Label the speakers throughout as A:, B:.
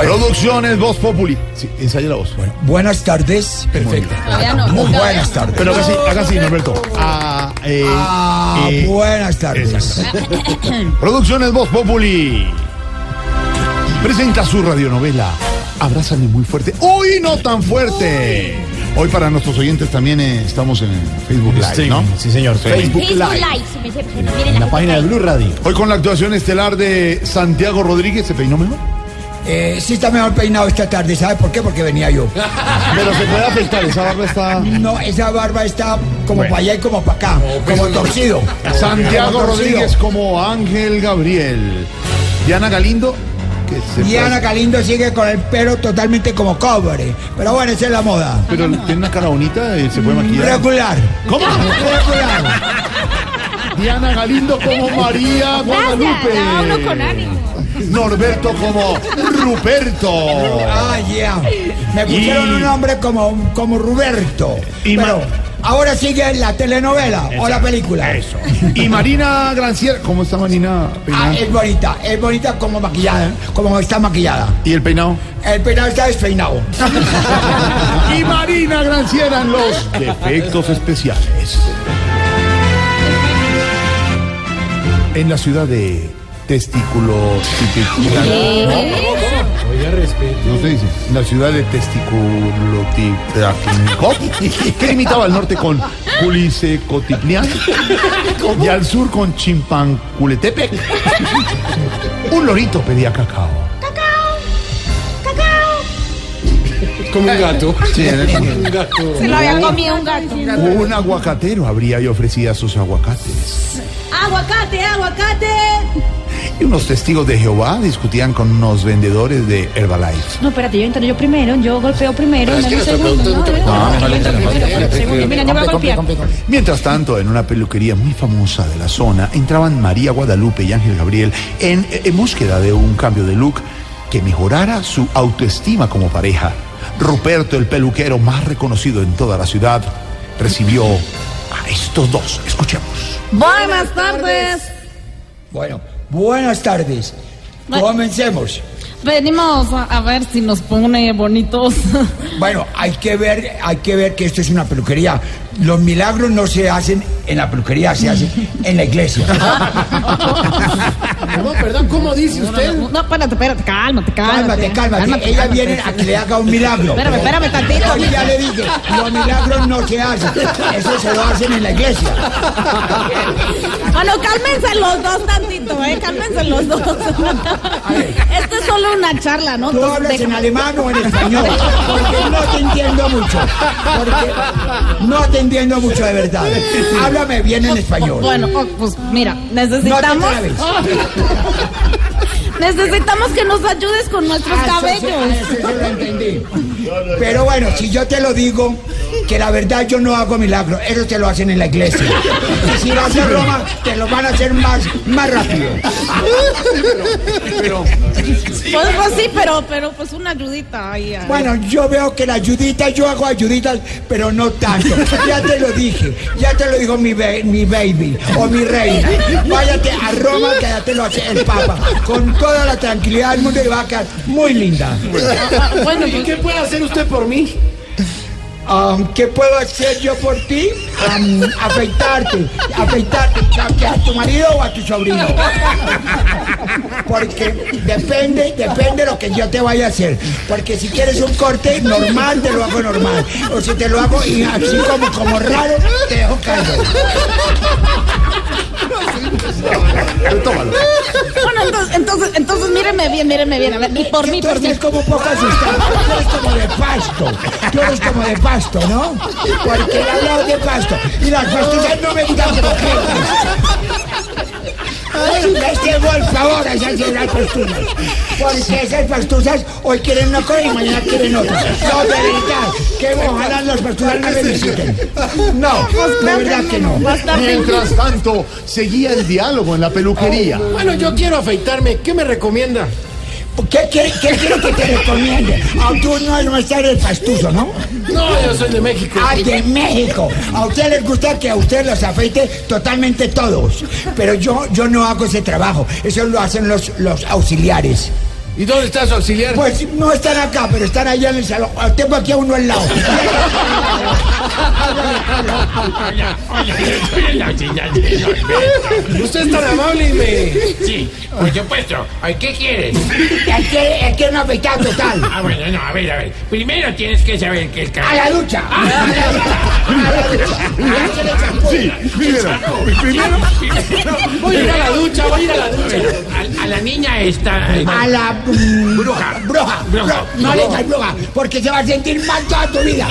A: Producciones Voz Populi. Sí, ensaya la voz.
B: Bueno, buenas tardes. Perfecto.
C: Todavía no,
B: Muy
C: todavía
B: buenas
C: no.
B: tardes.
A: Pero haga así, haga así, Norberto. Ah, eh,
B: Ah,
A: eh,
B: buenas tardes.
A: Producciones Voz Populi. Presenta su radionovela. Abrázame muy fuerte. Uy, no tan fuerte. Hoy para nuestros oyentes también eh, estamos en Facebook Live, ¿no?
D: Sí, señor.
A: Facebook
C: Facebook
A: Live.
C: Live. si me se- se nos viene
D: En la
C: cosa
D: página de
C: ahí.
D: Blue Radio.
A: Hoy con la actuación estelar de Santiago Rodríguez, se peinó mejor.
B: Eh, sí está mejor peinado esta tarde, ¿sabe por qué? Porque venía yo.
A: Pero se puede afectar, esa barba está.
B: No, esa barba está como
A: Bueno. pues,
B: para allá y como para acá, como torcido.
A: Santiago
B: Como torcido.
A: Rodríguez como Ángel Gabriel. Diana Galindo, que se
B: Diana Galindo sigue con el pelo totalmente como cobre. Pero bueno, esa es la moda.
A: Pero tiene una cara bonita, eh, se puede maquillar.
B: Regular.
A: ¿Cómo?
B: Regular.
A: Diana Galindo como María Guadalupe.
C: ya uno con ánimo.
A: Norberto como Ruperto.
B: Ah, ya. Me pusieron
A: Y-
B: un nombre como, como Roberto.
A: Y ma-
B: Pero ahora sigue la telenovela o la película.
A: Eso. Y Marina Granciera. ¿Cómo está Marina?
B: Ah,
A: peinada?
B: es bonita, es bonita como maquillada, como está maquillada.
A: ¿Y el peinado?
B: El peinado está despeinado.
A: y Marina Granciera en los efectos especiales. En la ciudad de testículos.
D: Oiga, respeto.
A: No se dice. La ciudad de Testiculotitlacop, que limitaba al norte con Culisecotitlán y al sur con Chimpanculetepec. Un lorito pedía cacao.
D: Como un gato.
C: Se lo había comido un gato.
A: Un aguacatero abría y ofrecía sus aguacates.
C: Aguacate, aguacate.
A: Y unos testigos de Jehová discutían con unos vendedores de Herbalife.
E: No, espérate, yo entro yo primero, yo golpeo primero, dame un segundo, ¿no? Yo entro primero, un segundo, Mira, yo voy a golpear.
A: Mientras tanto, en una peluquería muy famosa de la zona, entraban María Guadalupe y Ángel Gabriel en, en búsqueda de un cambio de look que mejorara su autoestima como pareja. Ruperto, el peluquero más reconocido en toda la ciudad, recibió a estos dos. Escuchemos.
C: Buenas tardes.
B: Bueno, buenas tardes.
E: Bueno.
B: Comencemos.
E: Venimos a, a ver si nos pone bonitos.
B: Bueno, hay que ver, hay que ver que esto es una peluquería. Los milagros no se hacen en la peluquería, se hacen en la iglesia.
E: Ah,
D: No, perdón, ¿cómo dice usted?
E: No, espérate, espérate, cálmate,
B: Cálmate,
E: cálmate.
B: cálmate. Ella viene a que le haga un milagro.
E: Espérame, espérame tantito.
B: Yo ya le dije, los milagros no se hacen, eso se lo hacen en la iglesia.
E: Bueno, cálmense los dos tantito, ¿eh? Cálmense los dos. Esto es solo una charla, ¿no?
B: ¿Tú hablas en alemán o en español? Porque no te entiendo mucho. Porque no te entiendo mucho de verdad. Háblame bien en español.
E: Bueno, oh, pues mira,
B: no te
E: necesitamos,
B: claves.
E: necesitamos que nos ayudes con nuestros
B: Ah, eso sí,
E: cabellos.
B: eso sí lo entendí. Pero bueno, si yo te lo digo, que la verdad yo no hago milagros, eso te lo hacen en la iglesia. Y si vas a Roma, te lo van a hacer más, más rápido.
E: Pues, pues sí, pero, pero pues una ayudita ahí. ah. ahí.
B: Bueno, yo veo que la ayudita, yo hago ayuditas, pero no tanto. Ya te lo dije, ya te lo dijo mi, ba- mi baby o mi reina. Váyate a Roma que ya te lo hace el Papa. Con toda la tranquilidad del mundo y va a quedar muy linda.
E: Ah, bueno, pues,
D: ¿Qué puede hacer usted por mí?
B: Am, ¿Qué puedo hacer yo por ti? Am, afeitarte, afeitarte, ya que a tu marido o a tu sobrino. Porque depende, depende lo que yo te vaya a hacer. Porque si quieres un corte normal, te lo hago normal. O si te lo hago y así como, como raro, te dejo calvo.
A: Tómalo.
E: bueno, entonces, entonces, entonces míreme bien, míreme bien. A ver, y por mí,
B: Tú
E: por mí.
B: eres como un poco asustado. Tú eres como de pasto. Tú eres como de pasto, ¿no? Porque he hablado de pasto. Y las pastillas no me gustan. porque- Investigo, por favor, a esas señoras pasturas. Porque esas pastusas hoy quieren una cosa y mañana quieren otra. No, de verdad, que ojalá las pasturas no me visiten. No, de verdad que no.
A: Mientras tanto, seguía el diálogo en la peluquería.
D: Bueno, yo quiero afeitarme. ¿Qué me recomienda?
B: ¿Qué, qué, qué quiero que te recomiende? A tú no, no estar el pastuso, ¿no?
D: No, yo soy de México.
B: Ah, de México. A ustedes les gusta que a ustedes los afeite totalmente todos. Pero yo, yo no hago ese trabajo. Eso lo hacen los, los auxiliares.
D: ¿Y dónde está su auxiliar?
B: Pues no están acá, pero están allá en el salón. Ah, Tengo aquí a uno al lado.
D: Usted es tan amable y me.
F: Sí, por supuesto. Ay, ¿Qué quieres?
B: Es que, es que no afeitado total.
F: Ah, bueno, no, a ver, a ver. Primero tienes que saber que el
B: A
F: cabello...
B: la ducha. A la ducha. Ya se le champú.
A: Sí, primero. Primero.
D: Voy a ir a la ducha, voy a ir a la ducha.
F: A, a la niña esta... eh,
B: A la mm,
F: Bruja.
B: Bruja.
F: Bruja.
B: bro- No le digas bruja, porque se va a sentir mal toda tu vida.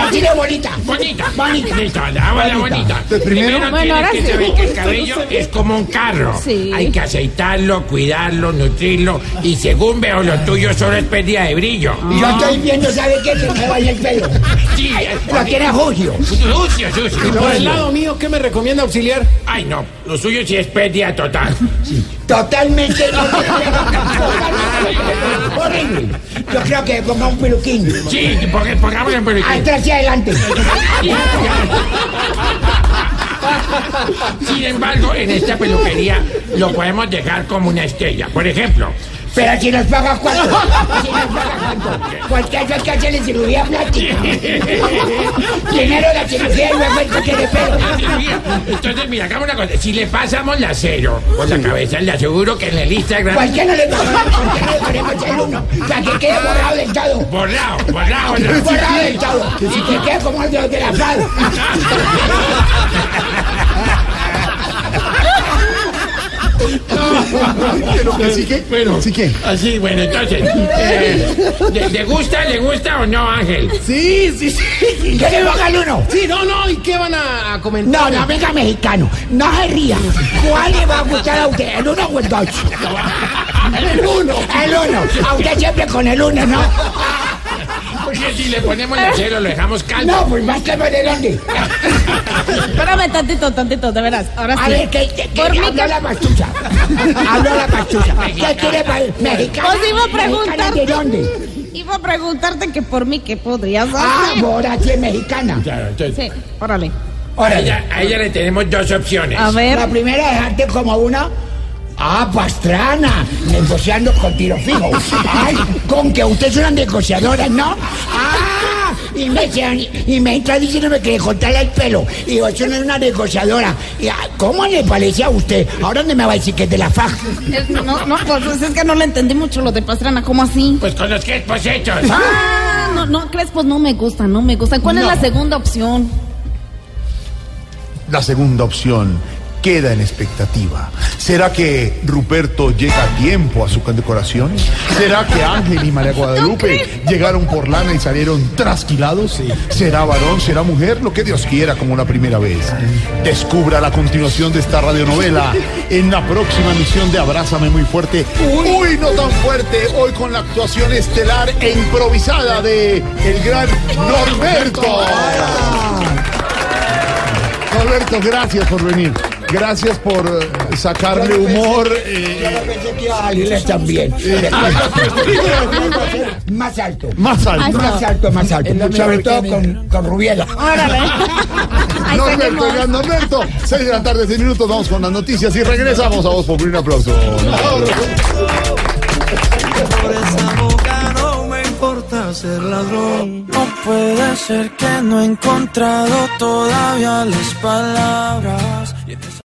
B: Así de bonita.
F: Bonita.
B: Bonita.
F: Listo, la bonita. bonita. Primero,
E: Bueno, ahora
F: tienes
E: sí.
F: que saber que el cabello es como un carro.
E: Sí.
F: Hay que aceitarlo, cuidarlo, nutrirlo. Y según veo, lo tuyo solo es pérdida de brillo.
B: Yo estoy viendo, ¿sabe qué? Que me vaya el pelo.
F: Sí,
B: Lo tiene Julio.
F: Sucio, sucio.
D: Por el lado mío, ¿qué me recomienda auxiliar?
F: Ay, no. Lo suyo sí es pérdida total.
B: Totalmente. no tiene pelo. Totalmente. Horrible. Yo creo que ponga un peluquín.
F: Sí, porque pongámoslo por aquí.
B: Atrás y adelante.
F: Sin embargo, en esta peluquería lo podemos dejar como una estrella. Por ejemplo,
B: Pero si nos paga cuánto. Si nos paga cuánto. Porque eso hay que hacerle cirugía plástica. Primero la cirugía y luego el toque de pelo.
F: entonces mira, hagamos una cosa. Si le pasamos la cero por la cabeza, le aseguro que en el
B: ¿Por
A: Pues-
F: Instagram.
B: qué no le ponemos, por qué no le ponemos el uno? Para que quede borrado del todo.
F: Borrado, borrado, borrado.
B: Borrado del todo. Y que quede como el de los de la FAD.
A: Pero que sí que.
F: Bueno,
A: Sí que.
F: así, bueno, entonces, eh, ¿le, le gusta, le gusta o no, Ángel?
D: Sí, sí, sí.
B: Que le ponga el uno.
D: Sí, no, no, ¿y qué van a, a comentar?
B: No, no, venga mexicano, no se ría. ¿Cuál le va a gustar a usted? ¿El uno o el dos? El uno. El uno. A usted siempre con el uno, ¿no?
F: Porque si le ponemos la cero, lo dejamos calmo.
B: No, pues más que por el dónde.
E: Espérame tantito, tantito, de veras. Ahora
B: A
E: sí.
B: ver, ¿qué, qué, qué
E: Por mí
B: habló
E: que-
B: la pastucha? Habló la pastucha. ¿Qué quiere pa- mexicana?
E: Os iba a
B: ¿Mexicana
E: preguntar.
B: de dónde?
E: Iba a preguntarte que por mí que podrías
B: Ah,
E: hacer.
B: ahora sí es mexicana.
F: Claro, entonces,
E: Sí, órale.
F: a
B: Órale.
F: ella, a ella le tenemos dos opciones.
E: A
B: La
E: ver.
B: primera dejarte como una. Ah, pastrana, negociando con tiro fijo. Ay, con que usted es una negociadora, ¿no? Ah, y me, y me entra diciéndome que le cortara el pelo. Y yo, eso no es una negociadora. Y, ah, ¿Cómo le parece a usted? Ahora dónde me va a decir que es de la faja.
E: Es- No, no, pues es que no le entendí mucho lo de Pastrana. ¿Cómo así?
F: Pues con los que pues hechos.
E: Ah, no, no, crees, pues no me gusta, no me gusta. ¿Cuál es la segunda opción?
A: La segunda opción queda en expectativa. ¿Será que Ruperto llega a tiempo a su condecoración? ¿Será que Ángel y María Guadalupe llegaron por lana y salieron trasquilados? ¿Será varón? ¿Será mujer? Lo que Dios quiera como la primera vez. Descubra la continuación de esta radionovela en la próxima emisión de Abrázame Muy Fuerte. Uy, no tan fuerte. Hoy con la actuación estelar e improvisada de el gran Norberto. Roberto, gracias por venir. Gracias por eh, sacarle humor. eh,
B: Aliles también. Más alto.
A: más alto.
B: Más alto, más alto. Sobre todo con, con Rubiela.
E: Ahí
A: Norberto,
E: seguimos.
A: gran Norberto. Seis de la tarde, seis minutos. Vamos con las noticias y regresamos a vos por un aplauso.
G: Por esa boca no me importa ser ladrón. No puede ser que no he encontrado todavía las palabras. Y en esa-